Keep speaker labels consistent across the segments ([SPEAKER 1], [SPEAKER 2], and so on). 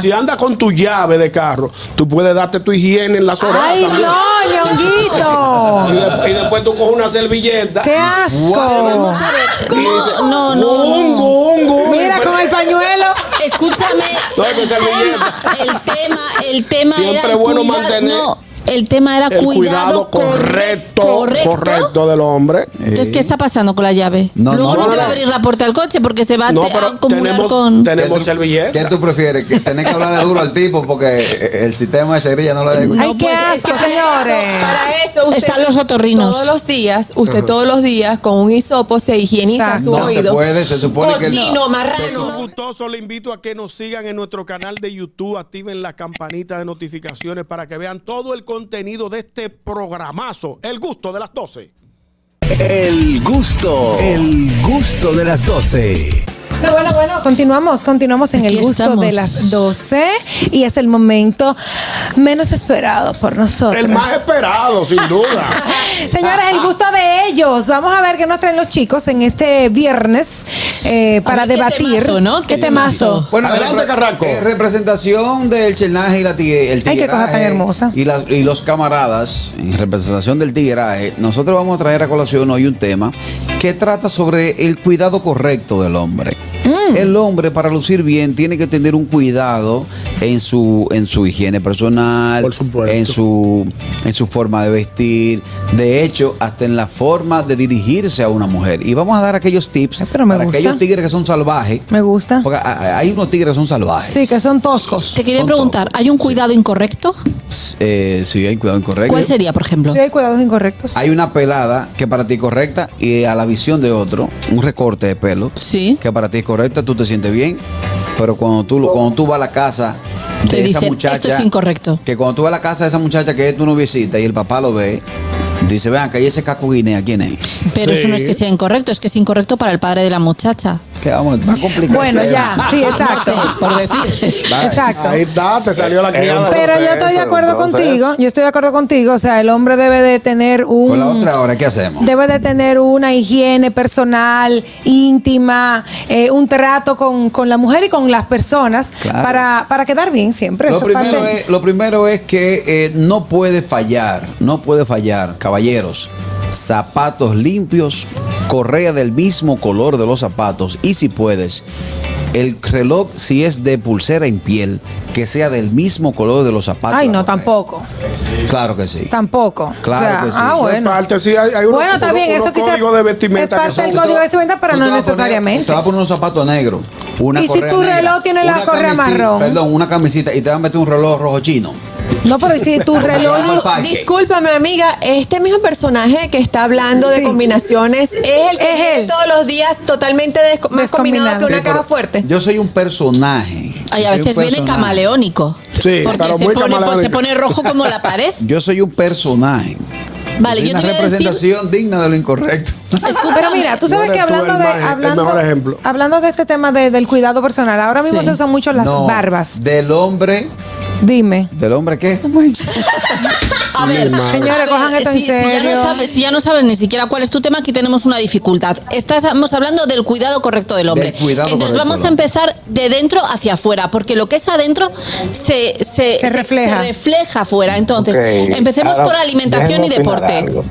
[SPEAKER 1] Si anda con tu llave de carro, tú puedes darte tu higiene en la horas.
[SPEAKER 2] ¡Ay, no,
[SPEAKER 1] Y,
[SPEAKER 2] ñonguito!
[SPEAKER 1] de- y después tú coges una servilleta.
[SPEAKER 2] ¡Qué asco!
[SPEAKER 3] Vamos a ver.
[SPEAKER 1] Ah. Y dices,
[SPEAKER 3] No, no,
[SPEAKER 1] "Gun,
[SPEAKER 3] no.
[SPEAKER 1] gun, gun".
[SPEAKER 2] Mira con el pañuelo.
[SPEAKER 3] Escúchame.
[SPEAKER 1] No, que se
[SPEAKER 3] El tema, el tema, el tema
[SPEAKER 1] Siempre
[SPEAKER 3] era
[SPEAKER 1] es bueno
[SPEAKER 3] cuidado-
[SPEAKER 1] mantener
[SPEAKER 3] no, el tema era
[SPEAKER 1] El
[SPEAKER 3] cuidado,
[SPEAKER 1] cuidado correcto,
[SPEAKER 3] correcto.
[SPEAKER 1] correcto, del hombre.
[SPEAKER 3] Entonces, ¿qué está pasando con la llave?
[SPEAKER 4] No,
[SPEAKER 3] Luego
[SPEAKER 4] no,
[SPEAKER 3] no,
[SPEAKER 1] no,
[SPEAKER 3] te va a
[SPEAKER 1] no.
[SPEAKER 3] abrir la puerta del coche porque se va a
[SPEAKER 1] No,
[SPEAKER 3] te- a
[SPEAKER 1] pero
[SPEAKER 3] acumular
[SPEAKER 1] tenemos,
[SPEAKER 3] con...
[SPEAKER 1] tenemos
[SPEAKER 4] ¿Qué
[SPEAKER 1] servilleta.
[SPEAKER 4] tú prefieres? ¿Que tener que hablarle duro al tipo porque el sistema de seguridad no lo deja?
[SPEAKER 2] ¡Ay, qué
[SPEAKER 5] pues, es
[SPEAKER 2] asco,
[SPEAKER 5] que para
[SPEAKER 2] señores!
[SPEAKER 5] eso- Para eso usted
[SPEAKER 3] Están los otorrinos.
[SPEAKER 5] Todos los días, usted todos los días con un hisopo se higieniza
[SPEAKER 2] Exacto.
[SPEAKER 5] su
[SPEAKER 4] No se
[SPEAKER 5] oído.
[SPEAKER 4] puede, se supone que
[SPEAKER 5] Cochino,
[SPEAKER 4] no.
[SPEAKER 5] marrano.
[SPEAKER 1] Gustoso, le invito a que nos sigan en nuestro canal de YouTube, activen la campanita de notificaciones para que vean todo el contenido de este programazo, El Gusto de las 12.
[SPEAKER 6] El gusto, el gusto de las 12.
[SPEAKER 2] Bueno, bueno, bueno, continuamos, continuamos en
[SPEAKER 3] Aquí
[SPEAKER 2] el gusto
[SPEAKER 3] estamos.
[SPEAKER 2] de las 12 y es el momento menos esperado por nosotros.
[SPEAKER 1] El más esperado, sin duda.
[SPEAKER 2] Señores, el gusto de ellos. Vamos a ver qué nos traen los chicos en este viernes eh, para
[SPEAKER 3] ver, qué
[SPEAKER 2] debatir.
[SPEAKER 3] temazo, ¿no?
[SPEAKER 2] ¿Qué
[SPEAKER 3] Qué
[SPEAKER 2] temazo?
[SPEAKER 3] temazo.
[SPEAKER 4] Bueno,
[SPEAKER 1] Adelante,
[SPEAKER 4] repre-
[SPEAKER 1] Carranco.
[SPEAKER 4] eh, representación del Chernaje y la tigre, el
[SPEAKER 2] Ay, qué cosa tan
[SPEAKER 4] tigueraje
[SPEAKER 2] hermosa.
[SPEAKER 4] Y, las, y los camaradas, en representación del tigueraje, nosotros vamos a traer a colación hoy un tema que trata sobre el cuidado correcto del hombre.
[SPEAKER 2] Mm.
[SPEAKER 4] El hombre, para lucir bien, tiene que tener un cuidado en su, en su higiene personal,
[SPEAKER 1] Por supuesto.
[SPEAKER 4] en su, en su forma de vestir, de hecho, hasta en la forma de dirigirse a una mujer. Y vamos a dar aquellos tips
[SPEAKER 2] Ay, pero me
[SPEAKER 4] para
[SPEAKER 2] gusta.
[SPEAKER 4] aquellos tigres que son salvajes.
[SPEAKER 2] Me gusta.
[SPEAKER 4] Porque a- a- hay unos tigres que son salvajes.
[SPEAKER 2] Sí, que son toscos.
[SPEAKER 3] Te quería
[SPEAKER 4] Son
[SPEAKER 3] preguntar, ¿hay un cuidado incorrecto?
[SPEAKER 4] S- eh, sí, hay cuidado incorrecto.
[SPEAKER 3] ¿Cuál sería, por ejemplo?
[SPEAKER 2] Sí, hay cuidados incorrectos.
[SPEAKER 4] Hay una pelada que para ti es correcta y a la visión de otro, un recorte de pelo
[SPEAKER 3] Sí.
[SPEAKER 4] que para ti es correcta, tú te sientes bien, pero cuando tú, lo- cuando tú vas a la casa de
[SPEAKER 3] Te
[SPEAKER 4] esa
[SPEAKER 3] dicen,
[SPEAKER 4] muchacha.
[SPEAKER 3] "Esto es incorrecto".
[SPEAKER 4] Que cuando tú vas a la casa de esa muchacha que es tu noviecita y el papá lo ve, dice: Vean, que hay ese caco guinea, ¿quién es?
[SPEAKER 3] Pero eso no es
[SPEAKER 1] Sí.
[SPEAKER 3] que sea incorrecto, es que es incorrecto para el padre de la muchacha.
[SPEAKER 4] Que vamos, va a complicar.
[SPEAKER 2] Bueno, ya, sí, exacto.
[SPEAKER 3] No sé, por decir.
[SPEAKER 4] Va-
[SPEAKER 2] Exacto.
[SPEAKER 1] Ahí está, te salió la criada.
[SPEAKER 2] Pero yo estoy de acuerdo contigo, yo estoy de acuerdo contigo, o sea, el hombre debe de tener un...
[SPEAKER 4] Con la otra ahora, ¿qué hacemos?
[SPEAKER 2] Debe de tener una higiene personal, íntima, eh, un trato con, con la mujer y con las personas
[SPEAKER 4] Claro.
[SPEAKER 2] para, para quedar bien siempre.
[SPEAKER 4] Lo
[SPEAKER 2] Eso es
[SPEAKER 4] primero,
[SPEAKER 2] parte-
[SPEAKER 4] es, lo primero es que eh, no puede fallar, no puede fallar, caballeros. Zapatos limpios, correa del mismo color de los zapatos y si puedes, el reloj si es de pulsera en piel, que sea del mismo color de los zapatos.
[SPEAKER 2] Ay,
[SPEAKER 4] de la
[SPEAKER 2] no,
[SPEAKER 4] correa.
[SPEAKER 2] tampoco,
[SPEAKER 4] Claro que sí.
[SPEAKER 2] tampoco.
[SPEAKER 4] Claro que sí.
[SPEAKER 2] Ah,
[SPEAKER 4] Eso es
[SPEAKER 2] bueno.
[SPEAKER 1] Parte, sí, hay, hay unos-
[SPEAKER 2] bueno, está
[SPEAKER 1] unos-
[SPEAKER 2] bien, eso
[SPEAKER 1] unos
[SPEAKER 2] quizás
[SPEAKER 1] códigos de vestimenta
[SPEAKER 2] es
[SPEAKER 1] que
[SPEAKER 2] parte
[SPEAKER 1] son-
[SPEAKER 2] del código de vestimenta, pero
[SPEAKER 4] Tú
[SPEAKER 2] no
[SPEAKER 4] te vas a poner-
[SPEAKER 2] necesariamente.
[SPEAKER 4] Te va a poner unos zapatos negros. Una
[SPEAKER 2] ¿Y si
[SPEAKER 4] correa
[SPEAKER 2] tu
[SPEAKER 4] negra,
[SPEAKER 2] reloj tiene la
[SPEAKER 4] una
[SPEAKER 2] correa
[SPEAKER 4] camisi-
[SPEAKER 2] marrón?
[SPEAKER 4] Perdón, una camisita y te va a meter un reloj rojo chino.
[SPEAKER 2] No, pero si tu reloj...
[SPEAKER 4] Vamos al
[SPEAKER 2] no-
[SPEAKER 4] parque.
[SPEAKER 5] Discúlpame, amiga, este mismo personaje que está hablando
[SPEAKER 2] Sí.
[SPEAKER 5] de combinaciones es el que
[SPEAKER 2] Es
[SPEAKER 5] viene
[SPEAKER 2] él.
[SPEAKER 5] todos los días totalmente desco- más combinado
[SPEAKER 2] Descombinado.
[SPEAKER 5] que una
[SPEAKER 4] Sí,
[SPEAKER 5] caja
[SPEAKER 4] pero
[SPEAKER 5] fuerte.
[SPEAKER 4] Yo soy un personaje.
[SPEAKER 3] Ay, a
[SPEAKER 4] Soy un
[SPEAKER 3] veces viene
[SPEAKER 4] personaje.
[SPEAKER 3] camaleónico.
[SPEAKER 1] Sí,
[SPEAKER 3] porque
[SPEAKER 1] pero
[SPEAKER 3] se
[SPEAKER 1] muy
[SPEAKER 3] pone,
[SPEAKER 1] camaleónico.
[SPEAKER 3] se pone rojo como la pared.
[SPEAKER 4] Yo soy un personaje.
[SPEAKER 3] Vale,
[SPEAKER 4] soy
[SPEAKER 3] yo
[SPEAKER 4] una
[SPEAKER 3] te voy a decir.
[SPEAKER 4] representación digna de lo incorrecto.
[SPEAKER 3] Escúchame,
[SPEAKER 2] Pero mira, tú
[SPEAKER 1] No
[SPEAKER 2] sabes
[SPEAKER 1] eres
[SPEAKER 2] que
[SPEAKER 1] tú
[SPEAKER 2] hablando
[SPEAKER 1] el
[SPEAKER 2] de,
[SPEAKER 1] más- el
[SPEAKER 2] hablando,
[SPEAKER 1] mejor ejemplo.
[SPEAKER 2] hablando de este tema de- del cuidado personal, ahora mismo
[SPEAKER 3] Sí.
[SPEAKER 2] se usan mucho las
[SPEAKER 4] No,
[SPEAKER 2] barbas.
[SPEAKER 4] Del hombre.
[SPEAKER 2] Dime.
[SPEAKER 4] ¿Del hombre qué? ¿Cómo es?
[SPEAKER 3] A ver,
[SPEAKER 2] Señores,
[SPEAKER 3] a ver,
[SPEAKER 2] cojan esto en
[SPEAKER 3] si- si ya no
[SPEAKER 2] serio.
[SPEAKER 3] sabes- si ya no saben ni siquiera cuál es tu tema, aquí tenemos una dificultad. Estamos hablando del cuidado correcto del hombre.
[SPEAKER 4] Del cuidado
[SPEAKER 3] Entonces
[SPEAKER 4] correcto
[SPEAKER 3] vamos
[SPEAKER 4] del
[SPEAKER 3] a
[SPEAKER 4] hombre.
[SPEAKER 3] empezar de dentro hacia afuera, porque lo que es adentro se, se,
[SPEAKER 2] Se refleja.
[SPEAKER 3] se refleja afuera. Entonces,
[SPEAKER 7] Ok,
[SPEAKER 3] empecemos
[SPEAKER 7] ahora
[SPEAKER 3] por alimentación
[SPEAKER 7] déjame
[SPEAKER 3] y
[SPEAKER 7] opinar
[SPEAKER 3] deporte.
[SPEAKER 7] algo.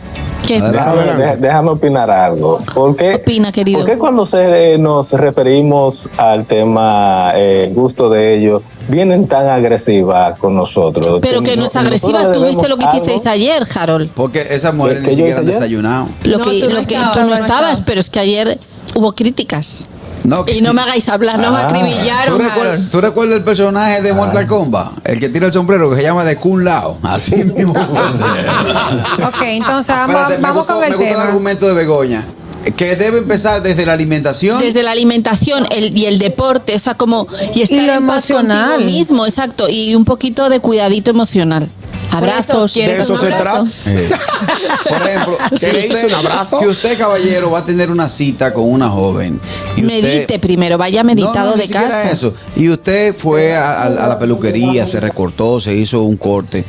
[SPEAKER 3] ¿Qué?
[SPEAKER 4] Adelante.
[SPEAKER 7] Déjame, deja- déjame opinar algo. ¿Por qué,
[SPEAKER 3] Opina, querido.
[SPEAKER 7] por qué cuando se, eh, nos referimos al tema eh, gusto de ellos, vienen tan agresivas con nosotros?
[SPEAKER 3] Pero que no es agresiva, tú viste lo que hicisteis
[SPEAKER 7] ahí.
[SPEAKER 3] ayer, Harold.
[SPEAKER 4] Porque esas mujeres
[SPEAKER 7] ¿Qué
[SPEAKER 4] ni
[SPEAKER 7] yo
[SPEAKER 4] siquiera han
[SPEAKER 7] hice ayer?
[SPEAKER 4] desayunado.
[SPEAKER 3] Lo
[SPEAKER 5] No,
[SPEAKER 3] que,
[SPEAKER 5] tú no
[SPEAKER 3] lo que
[SPEAKER 5] estabas,
[SPEAKER 3] tú no
[SPEAKER 5] no
[SPEAKER 3] estabas,
[SPEAKER 5] estabas.
[SPEAKER 3] pero es que ayer hubo críticas.
[SPEAKER 4] No,
[SPEAKER 3] Y no me hagáis hablar, no me
[SPEAKER 7] Ah.
[SPEAKER 4] ¿Tú
[SPEAKER 3] acribillaron. Harold.
[SPEAKER 4] recuerdas, ¿Tú recuerdas el personaje de Mortal Kombat? El que tira el sombrero, que se llama de Kun Lao. Así mismo.
[SPEAKER 2] Ok, entonces vamos,
[SPEAKER 4] Espérate, me
[SPEAKER 2] vamos
[SPEAKER 4] gustó-
[SPEAKER 2] con el
[SPEAKER 4] me gustó
[SPEAKER 2] tema.
[SPEAKER 4] el argumento de Begoña. Que debe empezar desde la alimentación.
[SPEAKER 3] Desde la alimentación el- y el deporte, o sea, como y estar
[SPEAKER 2] Y lo
[SPEAKER 3] en paz contigo
[SPEAKER 2] emocional.
[SPEAKER 3] mismo, exacto, y un poquito de cuidadito emocional. Abrazos,
[SPEAKER 5] ¿quieres
[SPEAKER 1] De eso
[SPEAKER 5] un
[SPEAKER 1] se
[SPEAKER 5] abrazo?
[SPEAKER 1] trata.
[SPEAKER 4] Eh, Por ejemplo, si
[SPEAKER 1] ¿Qué le hizo,
[SPEAKER 4] usted,
[SPEAKER 1] un abrazo?
[SPEAKER 4] si usted, caballero, va a tener una cita con una joven. y usted-
[SPEAKER 3] Medite primero, vaya meditado
[SPEAKER 4] No, no, ni
[SPEAKER 3] de
[SPEAKER 4] siquiera
[SPEAKER 3] casa.
[SPEAKER 4] eso. Y usted fue a, a- a la peluquería, se recortó, se hizo un corte.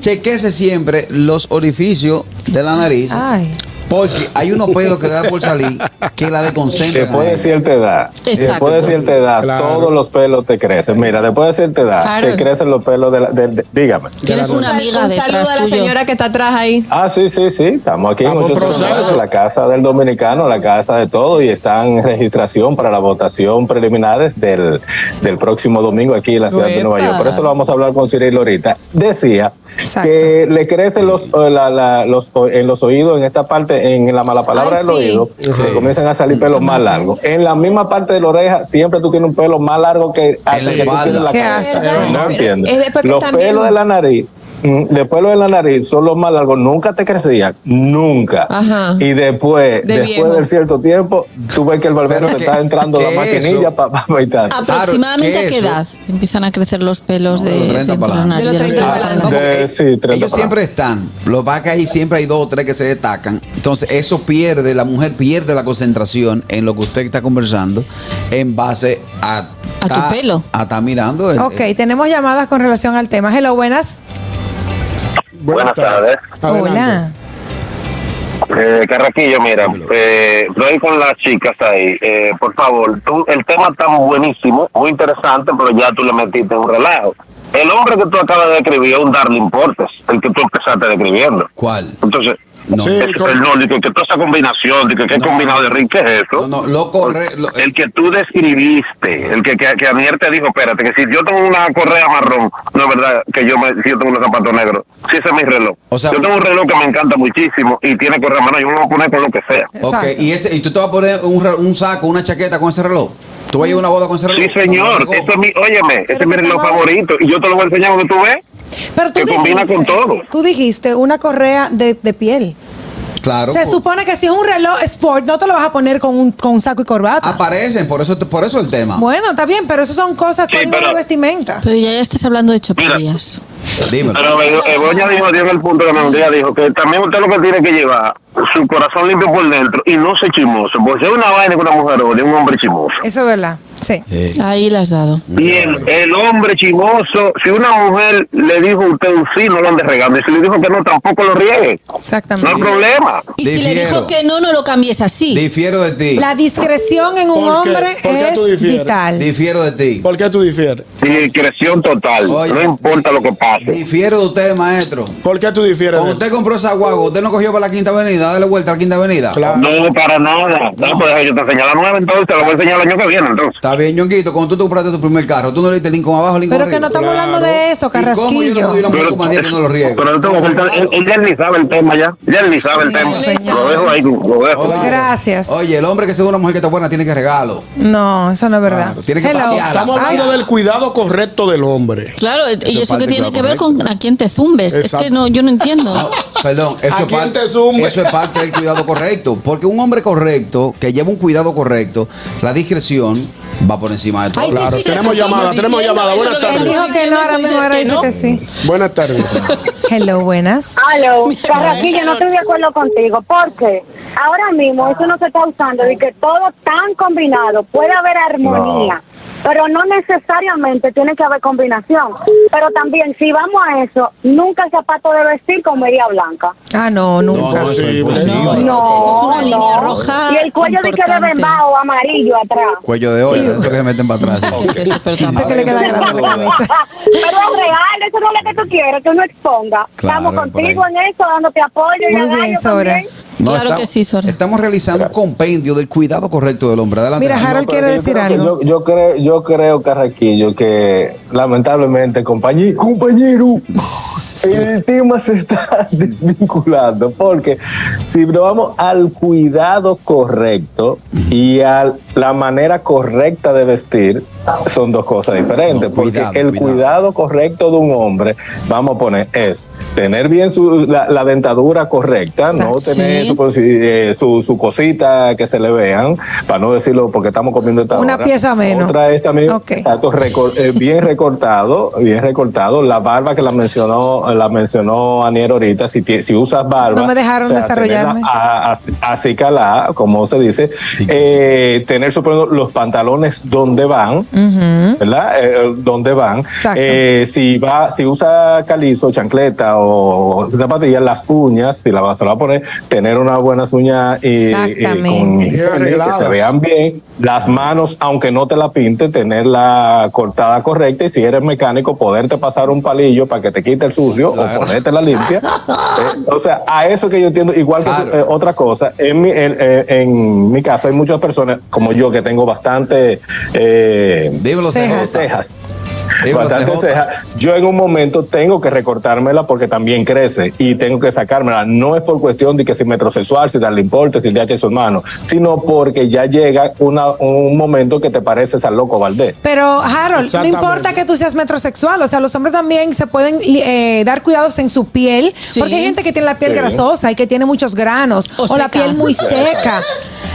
[SPEAKER 4] Chequese siempre los orificios de la nariz
[SPEAKER 2] Ay.
[SPEAKER 4] Porque hay unos pelos que le da por salir que la desconcentra.
[SPEAKER 7] Después de cierta edad,
[SPEAKER 3] Exacto.
[SPEAKER 7] después de cierta edad,
[SPEAKER 1] Claro.
[SPEAKER 7] todos los pelos te crecen. Mira, después de cierta edad,
[SPEAKER 5] Claro.
[SPEAKER 7] te crecen los pelos de la- de- de- dígame.
[SPEAKER 3] Tienes
[SPEAKER 1] la
[SPEAKER 3] una
[SPEAKER 5] Un sal-
[SPEAKER 3] amiga
[SPEAKER 5] un
[SPEAKER 3] detrás
[SPEAKER 5] saludo a la
[SPEAKER 3] tuyo.
[SPEAKER 5] señora que está atrás ahí.
[SPEAKER 7] Ah, sí, sí, sí. Estamos aquí
[SPEAKER 1] Estamos
[SPEAKER 7] en 809,
[SPEAKER 1] proceso.
[SPEAKER 7] la casa del dominicano, la casa de todo, y están en registración para la votación preliminares del, del próximo domingo aquí en la ciudad de Nueva
[SPEAKER 5] Uepa.
[SPEAKER 7] York. Por eso lo vamos a hablar con Cirilo ahorita. Decía
[SPEAKER 2] Exacto.
[SPEAKER 7] que le crecen los, eh, la- la- los, o- en los oídos, en esta parte, en la mala palabra
[SPEAKER 5] Ay,
[SPEAKER 7] del
[SPEAKER 5] sí.
[SPEAKER 7] oído,
[SPEAKER 1] Sí.
[SPEAKER 7] le comienzan a salir pelos más largos. En la misma parte de la oreja, siempre tú tienes un pelo más largo que hasta
[SPEAKER 4] la
[SPEAKER 7] que tú tienes
[SPEAKER 4] espalda.
[SPEAKER 7] la
[SPEAKER 2] Qué
[SPEAKER 7] cabeza.
[SPEAKER 2] asco.
[SPEAKER 7] No entiendo.
[SPEAKER 5] Es después que
[SPEAKER 7] Los
[SPEAKER 5] también-
[SPEAKER 7] pelos de la nariz, mm, los pelos de la nariz son los más largos, nunca te crecían, nunca.
[SPEAKER 5] Ajá.
[SPEAKER 7] Y después,
[SPEAKER 5] De
[SPEAKER 7] después
[SPEAKER 5] viejo.
[SPEAKER 7] del cierto tiempo, tú ves que el barbero te
[SPEAKER 4] Pero que-
[SPEAKER 7] está entrando la
[SPEAKER 4] que
[SPEAKER 7] maquinilla
[SPEAKER 4] eso-
[SPEAKER 7] para pa, afeitar.
[SPEAKER 3] ¿Aproximadamente
[SPEAKER 4] Claro,
[SPEAKER 3] a qué
[SPEAKER 4] que eso-
[SPEAKER 3] edad empiezan a crecer los pelos
[SPEAKER 4] No,
[SPEAKER 3] de,
[SPEAKER 4] de los 30 para
[SPEAKER 3] entre
[SPEAKER 4] adelante.
[SPEAKER 5] De los
[SPEAKER 3] nariz y
[SPEAKER 5] 30
[SPEAKER 3] la
[SPEAKER 5] para
[SPEAKER 3] nariz?
[SPEAKER 5] adelante.
[SPEAKER 4] No, porque
[SPEAKER 7] Ah, De- sí, 30
[SPEAKER 4] ellos
[SPEAKER 7] para
[SPEAKER 4] siempre están. Lo va que ahí siempre hay dos o tres que se destacan. Entonces, eso pierde, la mujer pierde la concentración en lo que usted está conversando en base a.
[SPEAKER 3] A tu
[SPEAKER 4] ta-
[SPEAKER 3] pelo.
[SPEAKER 4] A estar mirando. el-
[SPEAKER 2] Ok, tenemos llamadas con relación al tema. Hello, buenas.
[SPEAKER 1] Buenas, tardes. Adelante.
[SPEAKER 8] Eh, Carraquillo, mira, eh, voy con las chicas ahí. Eh, por favor, tú, el tema está buenísimo, muy interesante, pero ya tú le metiste un relajo. El hombre que tú acabas de escribir es un Darling Portes, el que tú empezaste describiendo.
[SPEAKER 4] ¿Cuál?
[SPEAKER 8] Entonces,
[SPEAKER 4] No.
[SPEAKER 1] Sí,
[SPEAKER 8] ese es el no, que, que toda esa combinación, de que, que
[SPEAKER 4] No.
[SPEAKER 8] combinado de Rick, ¿qué es
[SPEAKER 4] No,
[SPEAKER 8] eso?
[SPEAKER 4] no, lo corre- lo-
[SPEAKER 8] el que tú describiste, el que, que, que Aniel te dijo, espérate, que si yo tengo una correa marrón, no es verdad que yo, me, si yo tengo un zapato negro, si ese es mi reloj.
[SPEAKER 4] O sea,
[SPEAKER 8] yo tengo un reloj que me encanta muchísimo y tiene correa marrón, yo me lo voy a poner con lo que sea.
[SPEAKER 4] Ok,
[SPEAKER 2] Exacto.
[SPEAKER 4] y, ese, y tú te vas a poner un, re- un saco, una chaqueta con ese reloj. Tú vas a llevar una boda con ese reloj.
[SPEAKER 8] Sí, señor,
[SPEAKER 4] No,
[SPEAKER 8] eso es mi, óyeme, ese
[SPEAKER 2] Pero
[SPEAKER 8] es mi
[SPEAKER 2] que
[SPEAKER 8] reloj
[SPEAKER 2] estamos-
[SPEAKER 8] favorito y yo te lo voy a enseñar cuando tú ves.
[SPEAKER 2] Pero tú
[SPEAKER 8] Que combina con todo.
[SPEAKER 2] Tú dijiste una correa de, de piel.
[SPEAKER 4] Claro. pues,
[SPEAKER 2] Se
[SPEAKER 4] por-
[SPEAKER 2] supone que si es un reloj sport, no te lo vas a poner con un, con un saco y corbata.
[SPEAKER 4] Ah, Aparecen, por eso, por eso el tema.
[SPEAKER 2] Bueno, está bien, pero eso son cosas,
[SPEAKER 8] Sí,
[SPEAKER 2] código
[SPEAKER 8] pero-
[SPEAKER 2] de vestimenta.
[SPEAKER 3] Pero ya, ya estás hablando de choperías.
[SPEAKER 4] Dímelo.
[SPEAKER 8] Pero Bego- Begoña dijo, dio en el punto que me un día dijo que también usted lo que tiene que llevar su corazón limpio por dentro y no ser chimoso, porque es una vaina que una mujer odia, un hombre chimoso.
[SPEAKER 2] Eso es verdad. Sí.
[SPEAKER 4] Sí.
[SPEAKER 3] Ahí las has dado.
[SPEAKER 8] Y el, el hombre chimoso, si una mujer le dijo a usted un sí, no lo ande regando. Y si le dijo que no, tampoco lo riegue. No hay
[SPEAKER 2] Exactamente.
[SPEAKER 8] problema.
[SPEAKER 3] Y si le
[SPEAKER 4] Difiero.
[SPEAKER 3] dijo que no, no lo cambies así.
[SPEAKER 4] Difiero de ti.
[SPEAKER 2] La discreción en un
[SPEAKER 1] ¿Por qué?
[SPEAKER 2] hombre
[SPEAKER 1] ¿Por qué tú
[SPEAKER 2] es
[SPEAKER 1] difieres?
[SPEAKER 2] vital.
[SPEAKER 4] Difiero de ti.
[SPEAKER 1] ¿Por qué tú difieres?
[SPEAKER 8] Discreción total.
[SPEAKER 4] Oye,
[SPEAKER 8] no importa lo que pase.
[SPEAKER 4] Difiero de usted, maestro.
[SPEAKER 1] ¿Por qué tú difieres?
[SPEAKER 4] Cuando usted compró esa guagua, usted no cogió para la quinta avenida, dale vuelta a la quinta avenida.
[SPEAKER 1] Claro.
[SPEAKER 8] No, para nada. No, pues yo te enseñé la nueva, entonces te la voy a enseñar el año que viene, entonces.
[SPEAKER 4] Está bien, Ñonguito, cuando tú te compraste tu primer carro, tú no le diste Lincoln abajo, Lincoln
[SPEAKER 2] Pero que no
[SPEAKER 4] arriba.
[SPEAKER 2] estamos hablando de eso,
[SPEAKER 4] ¿Y cómo yo no
[SPEAKER 2] Carrasquillo.
[SPEAKER 4] puedo ir a un
[SPEAKER 8] Pero,
[SPEAKER 4] banco mandía que no lo riego?
[SPEAKER 8] pero no tengo que soltar- él, él ya ni sabe el tema ya. Ya él ni sabe el
[SPEAKER 2] Ay,
[SPEAKER 8] tema.
[SPEAKER 2] señor.
[SPEAKER 8] Lo dejo ahí, lo dejo.
[SPEAKER 4] Oye,
[SPEAKER 2] Gracias.
[SPEAKER 4] Oye, el hombre que según una mujer que está buena tiene que regalo.
[SPEAKER 2] No, eso no es verdad.
[SPEAKER 4] Claro, tiene que
[SPEAKER 2] Hello. Ah,
[SPEAKER 4] pasear.
[SPEAKER 1] Estamos hablando
[SPEAKER 4] Ay.
[SPEAKER 1] del cuidado correcto del hombre.
[SPEAKER 3] Claro, y
[SPEAKER 4] es
[SPEAKER 3] eso que
[SPEAKER 4] parte
[SPEAKER 3] tiene
[SPEAKER 4] del
[SPEAKER 3] que ver
[SPEAKER 4] correcto.
[SPEAKER 3] con a quién te zumbes. Es
[SPEAKER 1] Exacto.
[SPEAKER 3] que no, yo no entiendo.
[SPEAKER 4] Perdón,
[SPEAKER 1] ¿A
[SPEAKER 4] eso es,
[SPEAKER 1] quién
[SPEAKER 4] parte,
[SPEAKER 1] te zumbe?
[SPEAKER 4] eso es parte del cuidado correcto. Porque un hombre correcto, que lleva un cuidado correcto, la discreción va por encima de todo.
[SPEAKER 3] Ay, sí,
[SPEAKER 1] Claro,
[SPEAKER 3] sí, sí,
[SPEAKER 1] tenemos
[SPEAKER 3] eso estoy
[SPEAKER 1] llamada, tenemos
[SPEAKER 3] diciendo,
[SPEAKER 1] llamada.
[SPEAKER 3] eso es
[SPEAKER 1] Buenas
[SPEAKER 3] lo que
[SPEAKER 2] Él
[SPEAKER 1] tardes.
[SPEAKER 2] dijo que no, ahora mismo ahora dice que sí.
[SPEAKER 1] Buenas tardes.
[SPEAKER 2] Hello, buenas.
[SPEAKER 9] Aló, Carraquillo, no estoy de acuerdo contigo, porque ahora mismo eso no se está usando, de que todo tan combinado, puede haber armonía, pero no necesariamente tiene que haber combinación. Pero también, si vamos a eso, nunca el zapato de vestir con media blanca. Oh,
[SPEAKER 2] Ah, no,
[SPEAKER 4] No,
[SPEAKER 2] nunca.
[SPEAKER 4] no, eso es
[SPEAKER 1] Imposible.
[SPEAKER 4] imposible.
[SPEAKER 3] No. eso es una línea roja
[SPEAKER 9] Y el cuello de que de
[SPEAKER 3] importante.
[SPEAKER 9] bembao amarillo atrás.
[SPEAKER 4] Cuello de olla, eso que se meten para atrás.
[SPEAKER 3] ¿Qué es eso? Pero
[SPEAKER 2] Eso que
[SPEAKER 3] tampoco.
[SPEAKER 2] le queda
[SPEAKER 9] pero
[SPEAKER 2] grande la cabeza.
[SPEAKER 9] es real, eso no es lo que tú quieres, que uno exponga.
[SPEAKER 4] Claro,
[SPEAKER 9] Estamos
[SPEAKER 4] por ahí.
[SPEAKER 9] contigo en eso, dándote apoyo. y
[SPEAKER 2] Muy
[SPEAKER 9] agallo
[SPEAKER 2] bien, Sora.
[SPEAKER 9] también.
[SPEAKER 3] Claro que sí, Sora.
[SPEAKER 4] Estamos realizando un compendio del cuidado correcto del hombre. Adelante.
[SPEAKER 2] Mira,
[SPEAKER 4] Daniel.
[SPEAKER 2] Harold
[SPEAKER 7] pero
[SPEAKER 2] quiere
[SPEAKER 7] yo
[SPEAKER 2] decir
[SPEAKER 7] creo que
[SPEAKER 2] algo.
[SPEAKER 7] Yo, yo creo, yo creo, Carraquillo, que lamentablemente, compañero, compañero, el tema se está desvinculando, porque si vamos al cuidado correcto y a la manera correcta de vestir, son dos cosas diferentes,
[SPEAKER 4] No,
[SPEAKER 7] porque
[SPEAKER 4] cuidado,
[SPEAKER 7] el
[SPEAKER 4] cuidado.
[SPEAKER 7] cuidado cuidado correcto de un hombre, vamos a poner, es tener bien su- la, la dentadura correcta, no
[SPEAKER 2] Exacto.
[SPEAKER 7] tener
[SPEAKER 3] Sí.
[SPEAKER 7] su, cosi- eh, su- su cosita que se le vean, para no decirlo porque estamos comiendo esta
[SPEAKER 2] Una
[SPEAKER 7] hora.
[SPEAKER 2] pieza menos.
[SPEAKER 7] Otra es también
[SPEAKER 2] Ok.
[SPEAKER 7] exacto, recor- eh, bien recortado, bien recortado, la barba que la mencionó, la mencionó Aniel ahorita, si, tie- si usas barba.
[SPEAKER 2] No me dejaron
[SPEAKER 7] tenerla
[SPEAKER 2] desarrollarme.
[SPEAKER 7] a- a- Así calada, como se dice, eh, tener tener, supongo, los pantalones donde van, ¿verdad? Eh, donde van.
[SPEAKER 2] Exacto.
[SPEAKER 7] Eh, si va, si usa calizo, chancleta o zapatillas, las uñas, si la vas se la va a poner, tener unas buenas uñas eh, eh, con-
[SPEAKER 2] Exactamente.
[SPEAKER 1] Bien
[SPEAKER 7] que
[SPEAKER 1] arregladas.
[SPEAKER 7] se vean bien. Las manos, aunque no te la pinte, tenerla cortada correcta y si eres mecánico, poderte pasar un palillo para que te quite el sucio
[SPEAKER 4] Claro.
[SPEAKER 7] o ponerte la limpia. Eh, o sea, a eso que yo entiendo, igual que
[SPEAKER 4] Claro.
[SPEAKER 7] eh, otra cosa, en mi, en, eh, en mi caso hay muchas personas como yo que tengo bastante... eh,
[SPEAKER 4] Dímelo,
[SPEAKER 2] Cejas.
[SPEAKER 4] CJ.
[SPEAKER 7] cejas.
[SPEAKER 4] Dímelo,
[SPEAKER 7] Bastante
[SPEAKER 4] CJ.
[SPEAKER 7] ceja. Yo en un momento tengo que recortármela porque también crece y tengo que sacármela. No es por cuestión de que si metrosexual, si darle importe, si le hacha su hermano, sino porque ya llega una, un momento que te pareces al loco Valdés.
[SPEAKER 2] Pero Harold, no
[SPEAKER 1] Exactamente.
[SPEAKER 2] importa que tú seas metrosexual, o sea, los hombres también se pueden eh, dar cuidados en su piel,
[SPEAKER 3] Sí.
[SPEAKER 2] porque hay gente que tiene la piel
[SPEAKER 7] Sí.
[SPEAKER 2] grasosa y que tiene muchos granos, o,
[SPEAKER 3] O
[SPEAKER 2] la
[SPEAKER 3] seca.
[SPEAKER 2] piel muy seca.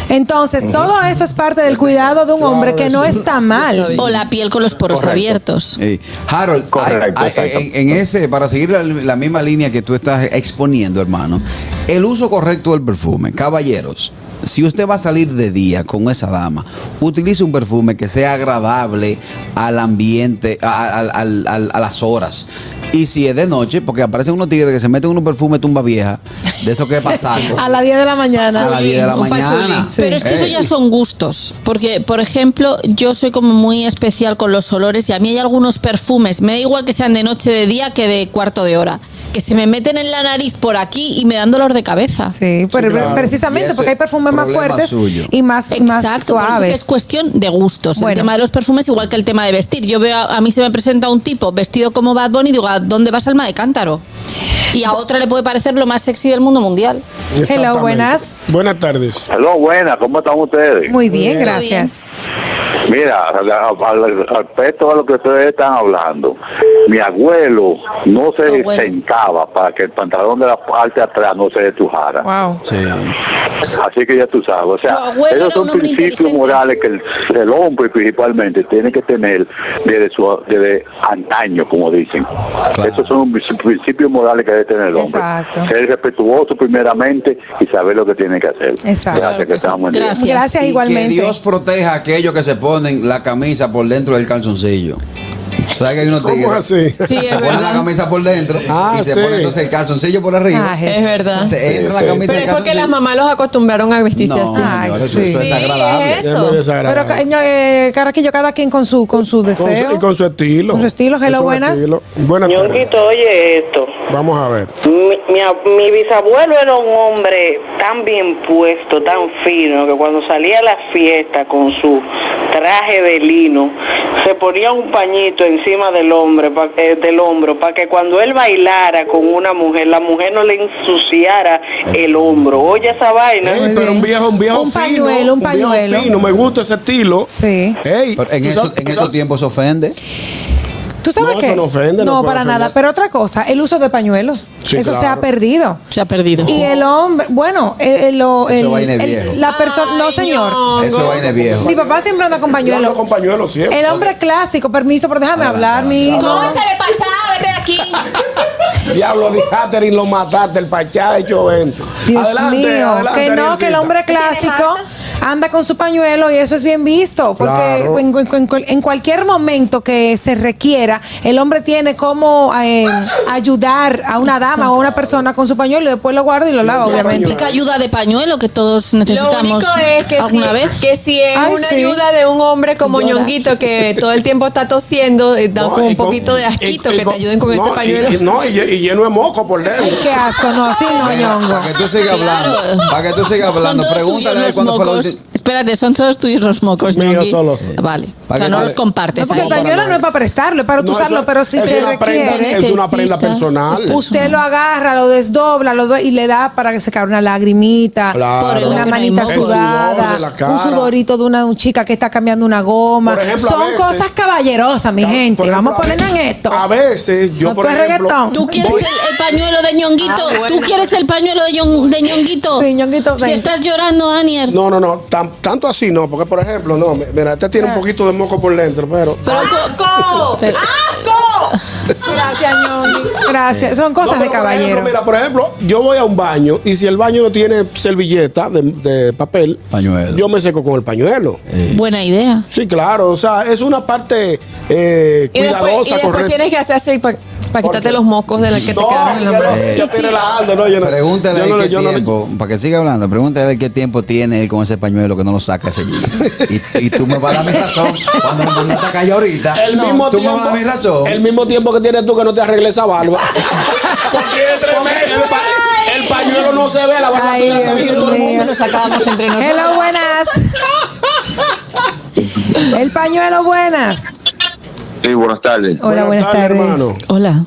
[SPEAKER 2] Entonces, todo eso es parte del cuidado de un hombre que no está mal.
[SPEAKER 3] O la piel con los poros
[SPEAKER 7] Correcto.
[SPEAKER 3] abiertos.
[SPEAKER 4] Eh, Harold,
[SPEAKER 7] Correcto,
[SPEAKER 4] hay- hay-
[SPEAKER 7] exacto.
[SPEAKER 4] en, en ese, para seguir la, la misma línea que tú estás exponiendo, hermano, el uso correcto del perfume, caballeros, si usted va a salir de día con esa dama, utilice un perfume que sea agradable al ambiente, a, a- al- al- al- a las horas. Y si es de noche, porque aparecen unos tigres que se meten unos perfumes tumba vieja, de esto que pasan
[SPEAKER 2] A las 10 de la mañana.
[SPEAKER 4] a las 10 de la
[SPEAKER 5] un pachulín,
[SPEAKER 4] mañana.
[SPEAKER 5] sí.
[SPEAKER 3] Pero es que eso
[SPEAKER 4] Ey.
[SPEAKER 3] ya son gustos, porque por ejemplo yo soy como muy especial con los olores y a mí hay algunos perfumes, me da igual que sean de noche, de día que de cuarto de hora, que se me meten en la nariz por aquí y me dan dolor de cabeza.
[SPEAKER 2] Sí, pero
[SPEAKER 1] claro.
[SPEAKER 4] Y
[SPEAKER 2] precisamente
[SPEAKER 4] ese
[SPEAKER 2] porque hay perfumes más
[SPEAKER 4] problema
[SPEAKER 2] fuertes
[SPEAKER 4] suyo.
[SPEAKER 2] y más, y más
[SPEAKER 3] Exacto, por eso que
[SPEAKER 2] suaves.
[SPEAKER 3] es cuestión de gustos.
[SPEAKER 2] Bueno.
[SPEAKER 3] El tema de los perfumes, igual que el tema de vestir. Yo veo, a, a mí se me presenta un tipo vestido como Bad Bunny y digo, ¿a dónde vas alma de cántaro? Y a otra le puede parecer lo más sexy del mundo mundial.
[SPEAKER 1] Exactamente.
[SPEAKER 2] buenas.
[SPEAKER 1] Buenas tardes.
[SPEAKER 8] Hello, buenas, ¿cómo están ustedes?
[SPEAKER 2] Muy bien,
[SPEAKER 1] Muy bien.
[SPEAKER 2] gracias.
[SPEAKER 8] Mira, al- al- al- respecto a lo que ustedes están hablando, mi abuelo no se
[SPEAKER 3] Abuelo.
[SPEAKER 8] sentaba para que el pantalón de la parte de atrás no se destujara.
[SPEAKER 2] Wow.
[SPEAKER 8] Así que ya tú sabes, o sea,
[SPEAKER 3] Tu abuelo
[SPEAKER 8] esos
[SPEAKER 3] era un
[SPEAKER 8] son
[SPEAKER 3] hombre
[SPEAKER 8] principios
[SPEAKER 3] inteligente.
[SPEAKER 8] morales que el, el hombre principalmente tiene que tener desde, su, desde antaño, como dicen.
[SPEAKER 4] Claro.
[SPEAKER 8] Esos son los principios morales que debe tener el hombre.
[SPEAKER 2] Exacto.
[SPEAKER 8] Ser respetuoso primeramente y saber lo que tiene que hacer.
[SPEAKER 2] Exacto.
[SPEAKER 8] Gracias, que estamos en
[SPEAKER 3] Gracias.
[SPEAKER 2] Gracias
[SPEAKER 4] Y
[SPEAKER 2] igualmente.
[SPEAKER 4] Que Dios proteja a aquellos que se ponen la camisa por dentro del calzoncillo. ¿Sabes que hay unos
[SPEAKER 1] ¿Cómo
[SPEAKER 4] tigres?
[SPEAKER 1] así?
[SPEAKER 5] Sí,
[SPEAKER 4] Se
[SPEAKER 5] es
[SPEAKER 4] ponen la
[SPEAKER 5] verdad.
[SPEAKER 4] camisa por dentro
[SPEAKER 1] Ah,
[SPEAKER 4] y se
[SPEAKER 1] sí.
[SPEAKER 4] pone entonces el calzoncillo por arriba.
[SPEAKER 2] Ah,
[SPEAKER 5] Es verdad.
[SPEAKER 4] Se entra
[SPEAKER 7] Sí,
[SPEAKER 4] la
[SPEAKER 7] sí.
[SPEAKER 4] camisa
[SPEAKER 5] Pero
[SPEAKER 4] del
[SPEAKER 5] es porque
[SPEAKER 4] calzoncillo.
[SPEAKER 5] las mamás los acostumbraron a vestirse
[SPEAKER 4] No,
[SPEAKER 5] así.
[SPEAKER 2] Ay,
[SPEAKER 4] señores,
[SPEAKER 2] sí.
[SPEAKER 4] eso, eso es
[SPEAKER 5] Sí,
[SPEAKER 4] agradable.
[SPEAKER 5] es
[SPEAKER 1] Es muy
[SPEAKER 5] eso.
[SPEAKER 2] Pero,
[SPEAKER 1] desagradable.
[SPEAKER 2] ca- no, eh, Carraquillo, cada quien con su con su
[SPEAKER 1] Con
[SPEAKER 2] deseo.
[SPEAKER 1] su, y con su estilo.
[SPEAKER 2] Con su estilo, hello,
[SPEAKER 1] Con su
[SPEAKER 2] buenas.
[SPEAKER 1] estilo. Buenas tardes.
[SPEAKER 10] Ñonguito, oye esto.
[SPEAKER 1] Vamos a ver.
[SPEAKER 10] Mi, mi ab- mi bisabuelo era un hombre tan bien puesto, tan fino, que cuando salía a la fiesta con su traje de lino, se ponía un pañito encima del, hombre, pa- eh, del hombro para que cuando él bailara con una mujer, la mujer no le ensuciara el hombro. Oye esa vaina.
[SPEAKER 1] Ey, pero un viejo, un viejo
[SPEAKER 2] Un
[SPEAKER 1] fino.
[SPEAKER 2] pañuelo, un pañuelo.
[SPEAKER 1] Viejo fino. Me gusta ese estilo.
[SPEAKER 2] Sí.
[SPEAKER 1] Ey,
[SPEAKER 4] Pero en,
[SPEAKER 1] tú
[SPEAKER 4] eso-
[SPEAKER 1] sabes-
[SPEAKER 4] en estos tiempos se ofende.
[SPEAKER 2] ¿Tú sabes
[SPEAKER 1] No,
[SPEAKER 2] qué?
[SPEAKER 1] eso no ofende, no
[SPEAKER 2] No,
[SPEAKER 1] puede
[SPEAKER 2] para
[SPEAKER 1] ofender.
[SPEAKER 2] nada. Pero otra cosa, el uso de pañuelos.
[SPEAKER 1] Sí,
[SPEAKER 2] eso se
[SPEAKER 1] claro. oh.
[SPEAKER 2] ha perdido.
[SPEAKER 3] Se ha perdido.
[SPEAKER 2] Y el hombre, bueno, el, el- lo-
[SPEAKER 4] Eso
[SPEAKER 2] el-
[SPEAKER 4] vaina es
[SPEAKER 2] el-
[SPEAKER 4] viejo.
[SPEAKER 2] la persona, no
[SPEAKER 5] Ay,
[SPEAKER 2] señor.
[SPEAKER 5] no.
[SPEAKER 4] Eso vaina es viejo.
[SPEAKER 2] Mi papá siempre anda con
[SPEAKER 1] Yo ando
[SPEAKER 2] pañuelos.
[SPEAKER 1] con pañuelo siempre.
[SPEAKER 2] El hombre clásico, permiso, pero déjame hablar, mi hijo.
[SPEAKER 3] pasaba! ¡Vete de aquí!
[SPEAKER 1] Diablo de Catherine lo mataste, el pachá hecho 20.
[SPEAKER 2] Dios
[SPEAKER 1] Adelante,
[SPEAKER 2] mío,
[SPEAKER 1] adelante,
[SPEAKER 2] que no,
[SPEAKER 1] Arielcita.
[SPEAKER 2] que el hombre clásico anda con su pañuelo y eso es bien visto, porque
[SPEAKER 1] Claro.
[SPEAKER 2] en, en- en- en cualquier momento que se requiera, el hombre tiene como eh, ayudar a una dama o a una persona con su pañuelo y después lo guarda y lo
[SPEAKER 3] La
[SPEAKER 2] lava, obviamente.
[SPEAKER 3] típica ayuda de pañuelo que todos
[SPEAKER 5] Lo
[SPEAKER 3] necesitamos
[SPEAKER 5] único es que si,
[SPEAKER 3] alguna vez.
[SPEAKER 5] que si es
[SPEAKER 2] Ay,
[SPEAKER 5] una
[SPEAKER 2] sí.
[SPEAKER 5] ayuda de un hombre como
[SPEAKER 3] Llora.
[SPEAKER 5] ñonguito que todo el tiempo está tosiendo, eh, da
[SPEAKER 1] No,
[SPEAKER 5] como
[SPEAKER 1] y
[SPEAKER 5] un
[SPEAKER 1] con-
[SPEAKER 5] poquito de
[SPEAKER 1] y-
[SPEAKER 5] asquito
[SPEAKER 1] y
[SPEAKER 5] que te ayuden con
[SPEAKER 1] no,
[SPEAKER 5] ese pañuelo.
[SPEAKER 1] Y, y- no, y, y lleno de moco por
[SPEAKER 2] Ay,
[SPEAKER 1] dentro.
[SPEAKER 2] qué asco, no, así no, ñongo.
[SPEAKER 4] Para que tú sigas
[SPEAKER 3] Claro.
[SPEAKER 4] hablando. Para que tú sigas
[SPEAKER 3] Son
[SPEAKER 4] hablando.
[SPEAKER 3] todos
[SPEAKER 4] Pregúntale a él
[SPEAKER 3] tuyos los
[SPEAKER 4] cuándo fue la
[SPEAKER 3] mocos.
[SPEAKER 4] última-
[SPEAKER 3] Espérate, son todos tuyos los mocos.
[SPEAKER 1] Míos
[SPEAKER 3] Ñongui.
[SPEAKER 1] solos.
[SPEAKER 3] Vale. O
[SPEAKER 4] Para
[SPEAKER 3] sea,
[SPEAKER 4] que
[SPEAKER 3] no
[SPEAKER 4] tal-
[SPEAKER 3] los
[SPEAKER 2] No,
[SPEAKER 3] compartes.
[SPEAKER 2] porque el
[SPEAKER 3] ahí.
[SPEAKER 2] pañuelo no es para prestarlo, es para tú
[SPEAKER 1] No,
[SPEAKER 2] usarlo,
[SPEAKER 1] eso-
[SPEAKER 2] pero si
[SPEAKER 1] es
[SPEAKER 2] se
[SPEAKER 1] una prenda-
[SPEAKER 2] requiere,
[SPEAKER 1] es una prenda
[SPEAKER 3] necesitas-
[SPEAKER 1] personal.
[SPEAKER 2] usted lo agarra, lo desdobla lo do- y le da para que se caiga una lagrimita,
[SPEAKER 1] Claro. Por el
[SPEAKER 2] una
[SPEAKER 1] lágrima
[SPEAKER 2] manita
[SPEAKER 3] inmóvil.
[SPEAKER 1] El sudor de la
[SPEAKER 2] sudada,
[SPEAKER 1] cara.
[SPEAKER 2] un sudorito de una chica que está cambiando una goma.
[SPEAKER 1] Por ejemplo, a
[SPEAKER 2] Son
[SPEAKER 1] veces-
[SPEAKER 2] cosas caballerosas, mi
[SPEAKER 1] Por
[SPEAKER 2] gente.
[SPEAKER 1] ejemplo,
[SPEAKER 2] Vamos a
[SPEAKER 1] a ve-
[SPEAKER 2] ponernos en esto.
[SPEAKER 1] A veces, yo
[SPEAKER 2] No,
[SPEAKER 1] por
[SPEAKER 2] tú eres
[SPEAKER 1] ejemplo.
[SPEAKER 2] reggaetón.
[SPEAKER 3] ¿Tú quieres el, el pañuelo de ñonguito?
[SPEAKER 5] Ah,
[SPEAKER 3] ¿Tú quieres el pañuelo de, Ñon- de ñonguito?
[SPEAKER 2] Sí, Ñonguito,
[SPEAKER 3] Si
[SPEAKER 2] ven.
[SPEAKER 3] estás llorando, Anier.
[SPEAKER 1] No, no, no, tan- tanto así no, porque por ejemplo, no, mira,
[SPEAKER 2] Ah.
[SPEAKER 1] este tiene un poquito de moco por dentro, pero.
[SPEAKER 4] Ah.
[SPEAKER 3] Pero, co-
[SPEAKER 5] ¡Asco!
[SPEAKER 3] Pero-
[SPEAKER 5] ¡Asco!
[SPEAKER 2] Gracias, Ñongi. Gracias. Son cosas
[SPEAKER 1] No,
[SPEAKER 2] de
[SPEAKER 1] pero por ejemplo,
[SPEAKER 2] caballero.
[SPEAKER 1] mira, por ejemplo, yo voy a un baño y si el baño no tiene servilleta de, de papel, yo me seco con el pañuelo.
[SPEAKER 3] Buena idea.
[SPEAKER 1] Sí, claro. O sea, es una parte eh,
[SPEAKER 5] Y después, y
[SPEAKER 1] cuidadosa,
[SPEAKER 5] después
[SPEAKER 1] correcta.
[SPEAKER 5] tienes que hacer así para quitarte los mocos de la que te quedaron en la mano.
[SPEAKER 1] ya
[SPEAKER 5] Y
[SPEAKER 1] estoy
[SPEAKER 5] sí,
[SPEAKER 1] relajando, no, yo no-
[SPEAKER 4] Pregúntale
[SPEAKER 1] yo
[SPEAKER 4] a él
[SPEAKER 1] no le-
[SPEAKER 4] qué
[SPEAKER 1] yo no le-
[SPEAKER 4] tiempo, para que siga hablando, pregúntale a él qué tiempo tiene él con ese pañuelo que no lo saca ese día. Y, y tú me vas a dar mi razón cuando el bonita cayó ahorita.
[SPEAKER 1] El mismo
[SPEAKER 4] tú
[SPEAKER 1] tiempo,
[SPEAKER 4] me vas a dar mi razón.
[SPEAKER 1] El mismo tiempo que tienes tú que no te arregles esa barba. Tiene tres meses. El, pa- el pañuelo no se ve, la barba
[SPEAKER 2] Ay,
[SPEAKER 1] tuya está
[SPEAKER 2] Dios
[SPEAKER 1] bien.
[SPEAKER 2] mío.
[SPEAKER 5] entre nosotros.
[SPEAKER 2] Hello, buenas. El pañuelo, buenas.
[SPEAKER 11] Sí, buenas tardes.
[SPEAKER 2] Hola, buenas, tardes.
[SPEAKER 3] Hola.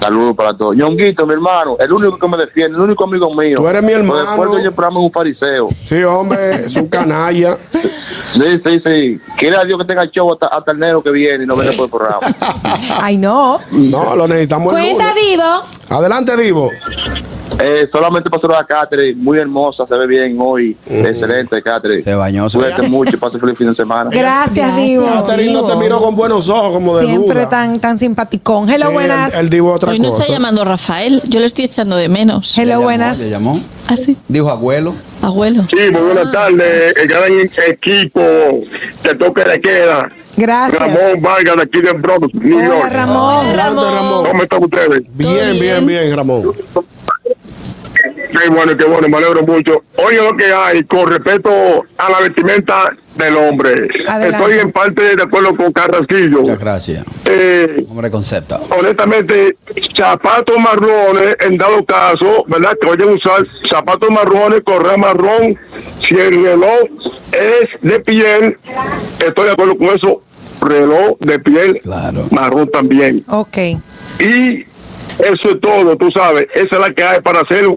[SPEAKER 11] Saludos para todos. Ñonguito, mi hermano, el único que me defiende, el único amigo mío.
[SPEAKER 1] Tú eres mi hermano.
[SPEAKER 11] Porque Después de
[SPEAKER 7] pues,
[SPEAKER 11] yo programa es un fariseo.
[SPEAKER 1] Sí, hombre, es un canalla.
[SPEAKER 11] Sí, sí, sí. Quiera Dios que tenga show hasta, hasta el enero que viene y no venga por el programa.
[SPEAKER 2] Ay, no.
[SPEAKER 1] No, lo necesitamos. el
[SPEAKER 2] Cuenta,
[SPEAKER 1] lunes.
[SPEAKER 2] Divo.
[SPEAKER 1] Adelante, Divo.
[SPEAKER 11] Eh, solamente pasó la Catherine, muy hermosa, se ve bien hoy. Excelente, Catherine. Se
[SPEAKER 4] bañó, se
[SPEAKER 11] Cuídate mucho, pase feliz fin de semana.
[SPEAKER 2] Gracias, Divo.
[SPEAKER 1] Catherine no te
[SPEAKER 2] Divo.
[SPEAKER 1] miró con buenos ojos, como de
[SPEAKER 2] Siempre
[SPEAKER 1] duda.
[SPEAKER 2] tan, tan simpaticón. Hello,
[SPEAKER 1] Sí, el-
[SPEAKER 2] buenas.
[SPEAKER 1] el Divo otra
[SPEAKER 3] Hoy no está llamando Rafael, yo le estoy echando de menos.
[SPEAKER 2] Hello,
[SPEAKER 4] Llamó,
[SPEAKER 2] buenas.
[SPEAKER 4] le llamó.
[SPEAKER 3] Ah, sí,
[SPEAKER 4] Dijo abuelo.
[SPEAKER 3] abuelo.
[SPEAKER 12] Sí, muy buenas tardes. El gran equipo de toque de queda.
[SPEAKER 2] Gracias.
[SPEAKER 12] Ramón Vargas de aquí de Bronx, New
[SPEAKER 2] Hola,
[SPEAKER 12] York.
[SPEAKER 2] Ramón.
[SPEAKER 1] Adelante, Ramón.
[SPEAKER 12] ¿Cómo están ustedes?
[SPEAKER 1] Bien, bien, bien, Ramón.
[SPEAKER 12] Qué bueno, qué bueno, me alegro mucho. Oye lo que hay con respecto a la vestimenta del hombre.
[SPEAKER 4] Adelante.
[SPEAKER 12] Estoy en parte de acuerdo con Carrasquillo.
[SPEAKER 4] Muchas gracias.
[SPEAKER 12] Eh,
[SPEAKER 4] Hombre concepto.
[SPEAKER 12] honestamente, zapatos marrones, en dado caso, ¿verdad? Que vayan a usar zapatos marrones, correa marrón, si el reloj es de piel, estoy de acuerdo con eso, reloj de piel marrón también.
[SPEAKER 2] Ok.
[SPEAKER 12] Y eso es todo, tú sabes, esa es la que hay para ser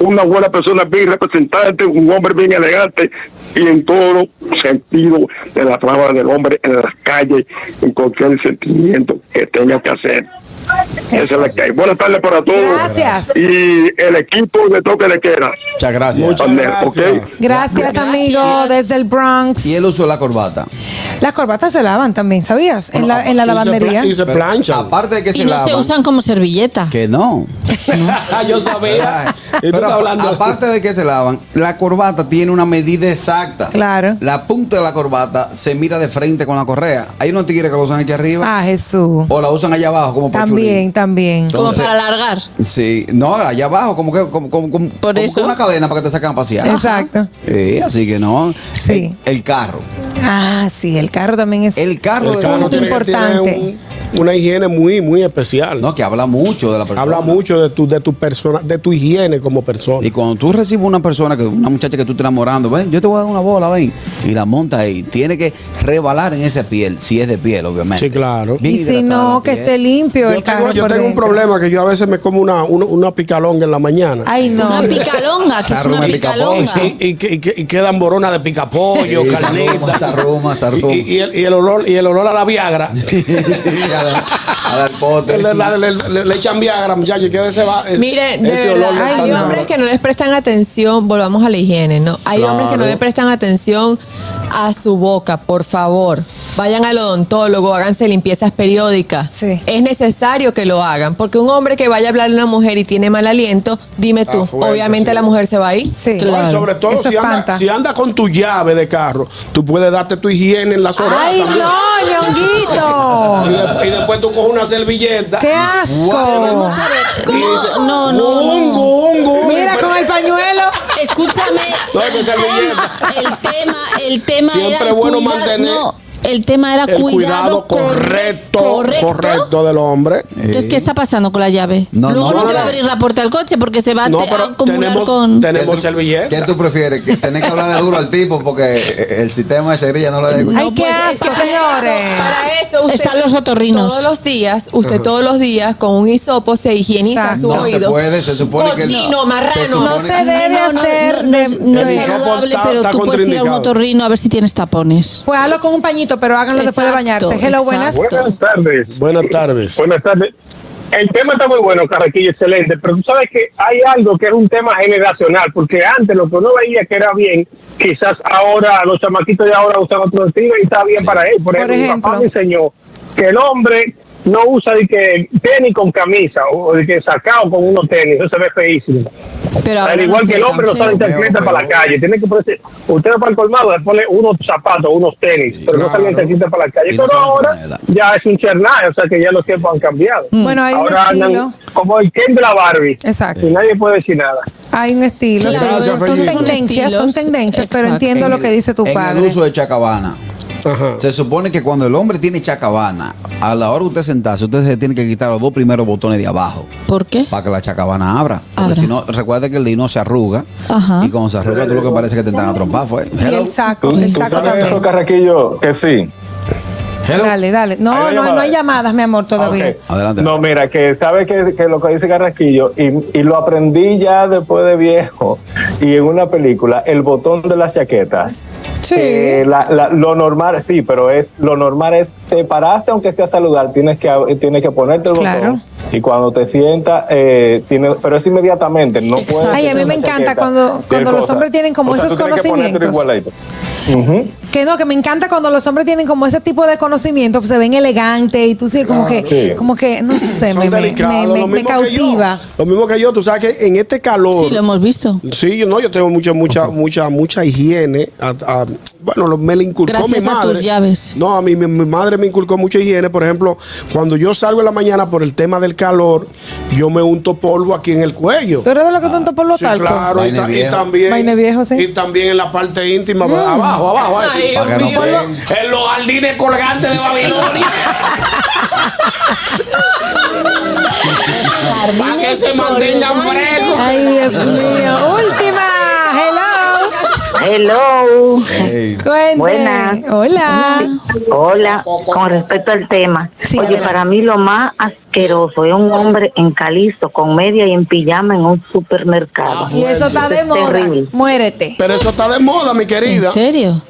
[SPEAKER 12] una buena persona bien representante, un hombre bien elegante y en todo sentido de la palabra del hombre en las calles, en cualquier sentimiento que tenga que hacer. Esa es la que hay. Buenas tardes para todos.
[SPEAKER 2] Gracias.
[SPEAKER 12] Y el equipo de toque de queda.
[SPEAKER 4] Muchas gracias.
[SPEAKER 12] Amén, ¿ok?
[SPEAKER 2] Gracias, amigo, desde el Bronx.
[SPEAKER 4] Y él usó la corbata.
[SPEAKER 2] Las corbatas se lavan también, ¿sabías? En la, en la lavandería.
[SPEAKER 4] Pero Aparte de que
[SPEAKER 3] Y
[SPEAKER 4] se
[SPEAKER 3] no
[SPEAKER 4] lavan.
[SPEAKER 3] se usan como servilleta.
[SPEAKER 4] Que no.
[SPEAKER 1] Yo sabía. Y tú
[SPEAKER 4] Pero
[SPEAKER 1] estás hablando.
[SPEAKER 4] aparte de que se lavan, la corbata tiene una medida exacta. Claro. La punta de la corbata se mira de frente con la correa. Hay unos tigres que lo usan aquí arriba.
[SPEAKER 2] Ah,
[SPEAKER 1] Oh,
[SPEAKER 2] Jesús.
[SPEAKER 1] pues,
[SPEAKER 4] O la usan allá abajo como para
[SPEAKER 2] También, también.
[SPEAKER 4] Como Entonces- para
[SPEAKER 3] alargar.
[SPEAKER 4] Sí, no, allá abajo, como que como, como, como- como que una cadena para que te sacan a pasear.
[SPEAKER 2] Exacto.
[SPEAKER 4] Sí, así que no. Sí. El, el carro.
[SPEAKER 2] Ah, sí, el carro también es
[SPEAKER 4] El carro,
[SPEAKER 2] un
[SPEAKER 4] de-
[SPEAKER 2] punto importante.
[SPEAKER 1] una higiene muy, muy especial.
[SPEAKER 4] No, que habla mucho de la persona.
[SPEAKER 1] Habla mucho de tu, de tu persona, de tu higiene como persona.
[SPEAKER 4] Y cuando tú recibes una persona, que una muchacha que tú estás enamorando, ven, yo te voy a dar una bola, ven, y la monta ahí. Tiene que rebalar en esa piel, si es de piel, obviamente.
[SPEAKER 1] Sí, claro.
[SPEAKER 4] Bien
[SPEAKER 2] Y si
[SPEAKER 4] hidratada
[SPEAKER 2] no,
[SPEAKER 4] la
[SPEAKER 2] que
[SPEAKER 4] piel.
[SPEAKER 2] esté limpio el
[SPEAKER 1] Yo tengo,
[SPEAKER 2] carro.
[SPEAKER 1] yo
[SPEAKER 2] por
[SPEAKER 1] tengo un
[SPEAKER 2] dentro.
[SPEAKER 1] problema que yo a veces me como una, una, una picalonga en la mañana.
[SPEAKER 2] Ay, no.
[SPEAKER 3] Una picalonga, que es una picalonga.
[SPEAKER 1] Y, y, que- y que- y quedan boronas de picapollo,
[SPEAKER 4] Sí, se arruma, se
[SPEAKER 1] carnitas.
[SPEAKER 4] arruma, se arruma.
[SPEAKER 1] Y, y el, y el olor, y el olor a la Viagra.
[SPEAKER 4] a la, a la pote.
[SPEAKER 1] Le, la- le- le- le echan Viagra, muchachos, que ese va. es-
[SPEAKER 5] Mire, de
[SPEAKER 1] ese
[SPEAKER 5] verdad,
[SPEAKER 1] olor le
[SPEAKER 5] hay
[SPEAKER 1] falta-
[SPEAKER 5] hombres que no les prestan atención, volvamos a la higiene, ¿no? Hay hombres que no
[SPEAKER 1] Claro.
[SPEAKER 5] le prestan atención a su boca, por favor. Vayan al odontólogo, háganse limpiezas periódicas. Es necesario que lo hagan, porque un hombre que vaya a hablarle a una mujer y tiene mal aliento, dime tú,
[SPEAKER 1] Ah, fuerte,
[SPEAKER 5] obviamente
[SPEAKER 1] sí.
[SPEAKER 5] la mujer se va a ir.
[SPEAKER 2] Sí.
[SPEAKER 1] Bueno, Sobre todo si anda, si anda con tu llave de carro, tú puedes darte tu higiene en la zona.
[SPEAKER 2] Ay, no,
[SPEAKER 1] Y,
[SPEAKER 2] ñonguito.
[SPEAKER 1] de- y después tú coges una servilleta.
[SPEAKER 2] ¡Qué asco!
[SPEAKER 1] Y dices,
[SPEAKER 3] No, no,
[SPEAKER 1] "Gung, gung, gung".
[SPEAKER 2] Mira con el pañuelo.
[SPEAKER 3] Escúchame.
[SPEAKER 1] No, hay que ser
[SPEAKER 3] el tema, el tema
[SPEAKER 1] Siempre
[SPEAKER 3] era el
[SPEAKER 1] bueno
[SPEAKER 3] cuida-
[SPEAKER 1] mantener
[SPEAKER 3] no, el tema era
[SPEAKER 1] El
[SPEAKER 3] cuidado,
[SPEAKER 1] cuidado correcto, correcto, del hombre.
[SPEAKER 3] Entonces, ¿qué está pasando con la llave?
[SPEAKER 4] No,
[SPEAKER 3] Luego
[SPEAKER 4] no,
[SPEAKER 3] no,
[SPEAKER 4] no,
[SPEAKER 3] te va a
[SPEAKER 4] no.
[SPEAKER 3] abrir la puerta del coche porque se va a
[SPEAKER 1] No,
[SPEAKER 3] te- a
[SPEAKER 1] pero
[SPEAKER 3] acumular
[SPEAKER 1] tenemos-
[SPEAKER 3] con...
[SPEAKER 1] tenemos
[SPEAKER 4] ¿Qué tú-
[SPEAKER 1] servilleta.
[SPEAKER 4] ¿Qué tú prefieres? Que tenés que hablarle duro al tipo porque el sistema de seguridad no pues, lo deja.
[SPEAKER 2] Ay,
[SPEAKER 5] pues,
[SPEAKER 2] qué asco, señores.
[SPEAKER 5] Para eso usted
[SPEAKER 3] Están los otorrinos.
[SPEAKER 5] Todos los días, usted todos los días con un hisopo se higieniza
[SPEAKER 4] Exacto.
[SPEAKER 5] su
[SPEAKER 4] No se
[SPEAKER 5] oído.
[SPEAKER 4] puede, se supone que
[SPEAKER 5] Cochino,
[SPEAKER 4] no.
[SPEAKER 5] marrano.
[SPEAKER 4] Se supone
[SPEAKER 5] No
[SPEAKER 2] Se debe
[SPEAKER 3] No, no,
[SPEAKER 2] hacer.
[SPEAKER 3] no,
[SPEAKER 2] de-
[SPEAKER 3] no
[SPEAKER 2] de-
[SPEAKER 3] es saludable, pero tú puedes ir a un otorrino a ver si tienes tapones.
[SPEAKER 2] Pues hazlo con un pañito, pero háganlo después de
[SPEAKER 3] Exacto,
[SPEAKER 2] bañarse. Hello, buenas.
[SPEAKER 12] Buenas tardes.
[SPEAKER 1] Buenas tardes.
[SPEAKER 12] Buenas tardes. El tema está muy bueno, Carraquillo, excelente, pero tú sabes que hay algo que es un tema generacional, porque antes lo que uno veía que era bien, quizás ahora los chamaquitos de ahora usan otro estilo y está bien para él.
[SPEAKER 2] Por
[SPEAKER 12] Por ejemplo, mi papá
[SPEAKER 2] ejemplo.
[SPEAKER 12] me enseñó que el hombre
[SPEAKER 13] no usa de que tenis con camisa o de que sacado con unos tenis, eso se ve feísimo.
[SPEAKER 3] Pero
[SPEAKER 13] Al
[SPEAKER 14] ahora
[SPEAKER 13] igual
[SPEAKER 14] no
[SPEAKER 13] que
[SPEAKER 14] se
[SPEAKER 13] el hombre no
[SPEAKER 14] cansa.
[SPEAKER 13] sale en chancleta para la calle, tiene que ponerse, usted va para el colmado, le pone unos zapatos, unos tenis, pero no sale en chancleta para la calle. Pero ahora ya es un chernaje, o sea que ya los tiempos han cambiado.
[SPEAKER 4] Mm.
[SPEAKER 2] Bueno, Mm. hay un
[SPEAKER 13] ahora
[SPEAKER 2] estilo.
[SPEAKER 13] andan como el Ken de la Barbie.
[SPEAKER 2] Exacto.
[SPEAKER 13] Y nadie puede decir nada.
[SPEAKER 2] Hay un estilo,
[SPEAKER 4] Claro,
[SPEAKER 2] sí.
[SPEAKER 4] gracias,
[SPEAKER 2] son
[SPEAKER 4] Fellito.
[SPEAKER 2] tendencias, son
[SPEAKER 4] Estilos.
[SPEAKER 2] tendencias, pero
[SPEAKER 4] Exacto.
[SPEAKER 2] entiendo lo que dice tu
[SPEAKER 4] en
[SPEAKER 2] padre.
[SPEAKER 4] el uso de chacabana. Se supone que cuando el hombre tiene chacabana, a la hora que usted sentarse, usted se tiene que quitar los dos primeros botones de abajo.
[SPEAKER 3] ¿Por qué?
[SPEAKER 4] Para que la chacabana abra. Porque
[SPEAKER 3] Abra.
[SPEAKER 4] si no, recuerda que el lino se arruga.
[SPEAKER 3] Ajá.
[SPEAKER 4] Y cuando se arruga, tú lo que parece que te entran a trompar fue.
[SPEAKER 2] Y el saco, el saco también.
[SPEAKER 7] Carraquillo, que sí.
[SPEAKER 2] Dale, dale. No,
[SPEAKER 7] Hay una
[SPEAKER 2] no, no hay llamadas, mi amor, todavía.
[SPEAKER 4] Adelante.
[SPEAKER 7] No, mira, que sabe que, que lo que dice Carraquillo, y, y lo aprendí ya después de viejo, y en una película, el botón de las chaquetas.
[SPEAKER 2] Sí.
[SPEAKER 7] Eh, lo normal, sí, pero es lo normal es te paraste aunque sea a saludar, tienes que tienes que ponerte el botón.
[SPEAKER 2] Claro.
[SPEAKER 7] Y cuando te sientas, eh, tiene- pero es inmediatamente, no puedes.
[SPEAKER 2] Ay, a mí
[SPEAKER 7] quitar
[SPEAKER 2] me
[SPEAKER 7] la
[SPEAKER 2] encanta
[SPEAKER 7] chaqueta,
[SPEAKER 2] cuando-
[SPEAKER 7] tienes
[SPEAKER 2] cuando los
[SPEAKER 7] cosas.
[SPEAKER 2] hombres tienen como
[SPEAKER 7] O sea,
[SPEAKER 2] esos
[SPEAKER 7] tú tienes que ponértelo
[SPEAKER 2] conocimientos.
[SPEAKER 7] igualadito. Ujú.
[SPEAKER 2] Que no, que me encanta cuando los hombres tienen como ese tipo de conocimiento, pues, se ven elegantes y tú sí, como
[SPEAKER 1] Claro.
[SPEAKER 2] que,
[SPEAKER 1] Sí.
[SPEAKER 2] como que, no sé, me, me- me- me-
[SPEAKER 1] lo
[SPEAKER 2] me
[SPEAKER 1] mismo que yo.
[SPEAKER 2] cautiva.
[SPEAKER 1] Lo mismo que yo, tú sabes que en este calor.
[SPEAKER 3] Sí, lo hemos visto.
[SPEAKER 1] Sí, yo no, yo tengo mucha, mucha, mucha, mucha higiene. A- a- bueno, lo- me la inculcó
[SPEAKER 3] Gracias
[SPEAKER 1] mi
[SPEAKER 3] a
[SPEAKER 1] madre.
[SPEAKER 3] tus llaves.
[SPEAKER 1] No, a mí mi, mi madre me inculcó mucha higiene. Por ejemplo, cuando yo salgo en la mañana por el tema del calor, yo me unto polvo aquí en el cuello.
[SPEAKER 2] ¿Tú eres de lo que tanto por lo
[SPEAKER 1] Sí,
[SPEAKER 2] talco?
[SPEAKER 1] claro, y, ta- y también.
[SPEAKER 2] Vaina viejo, sí.
[SPEAKER 1] Y también en la parte íntima, pues,
[SPEAKER 2] Mm.
[SPEAKER 1] abajo, abajo.
[SPEAKER 2] Ay,
[SPEAKER 1] ahí.
[SPEAKER 2] Dios Para que no mío. vean.
[SPEAKER 1] en los jardines colgantes de Babilonia.
[SPEAKER 3] Para
[SPEAKER 1] que se mantengan frescos.
[SPEAKER 2] Ay, Dios mío. Última. Hello.
[SPEAKER 15] Hello.
[SPEAKER 2] Cuente.
[SPEAKER 15] Buenas.
[SPEAKER 2] Hola.
[SPEAKER 15] Hola. Con respecto al tema. Oye, para mí lo más asqueroso es un hombre en calizo, con media y en pijama en un supermercado.
[SPEAKER 2] Y eso está de
[SPEAKER 15] es
[SPEAKER 2] moda.
[SPEAKER 15] terrible.
[SPEAKER 2] Muérete.
[SPEAKER 1] Pero eso está de moda, mi querida.
[SPEAKER 15] ¿En
[SPEAKER 3] serio?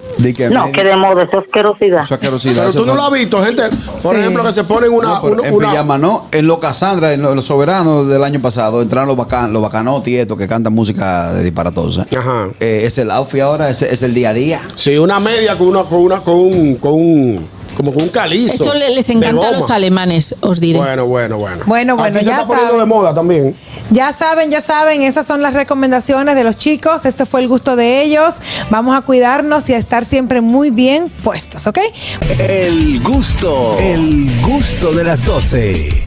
[SPEAKER 15] No, que de moda, eso es asquerosidad.
[SPEAKER 4] Eso es asquerosidad.
[SPEAKER 1] Pero
[SPEAKER 4] eso
[SPEAKER 1] tú no
[SPEAKER 4] no-
[SPEAKER 1] lo has visto, gente. Por
[SPEAKER 4] Sí.
[SPEAKER 1] ejemplo, que se ponen una.
[SPEAKER 4] No, pero
[SPEAKER 1] una-
[SPEAKER 4] en
[SPEAKER 1] una-
[SPEAKER 4] pijama no. En los Casandra, en lo- los soberanos del año pasado, entraron los, bacan, los bacanotes y estos que cantan música de disparatosa. Eh, es el outfit ahora, es, es el día a día.
[SPEAKER 1] Sí, una media con una, con una, con un, con un- como con un calizo.
[SPEAKER 3] Eso le- les
[SPEAKER 1] de
[SPEAKER 3] encanta a
[SPEAKER 1] goma.
[SPEAKER 3] los alemanes, os diré.
[SPEAKER 1] Bueno, bueno, bueno.
[SPEAKER 2] Bueno, bueno,
[SPEAKER 1] Aquí se
[SPEAKER 2] ya
[SPEAKER 1] está poniendo de
[SPEAKER 2] saben.
[SPEAKER 1] moda también.
[SPEAKER 2] Ya saben, ya saben, esas son las recomendaciones de los chicos. Este fue el gusto de ellos. Vamos a cuidarnos y a estar siempre muy bien puestos, ¿ok?
[SPEAKER 6] El gusto, el gusto de las 12.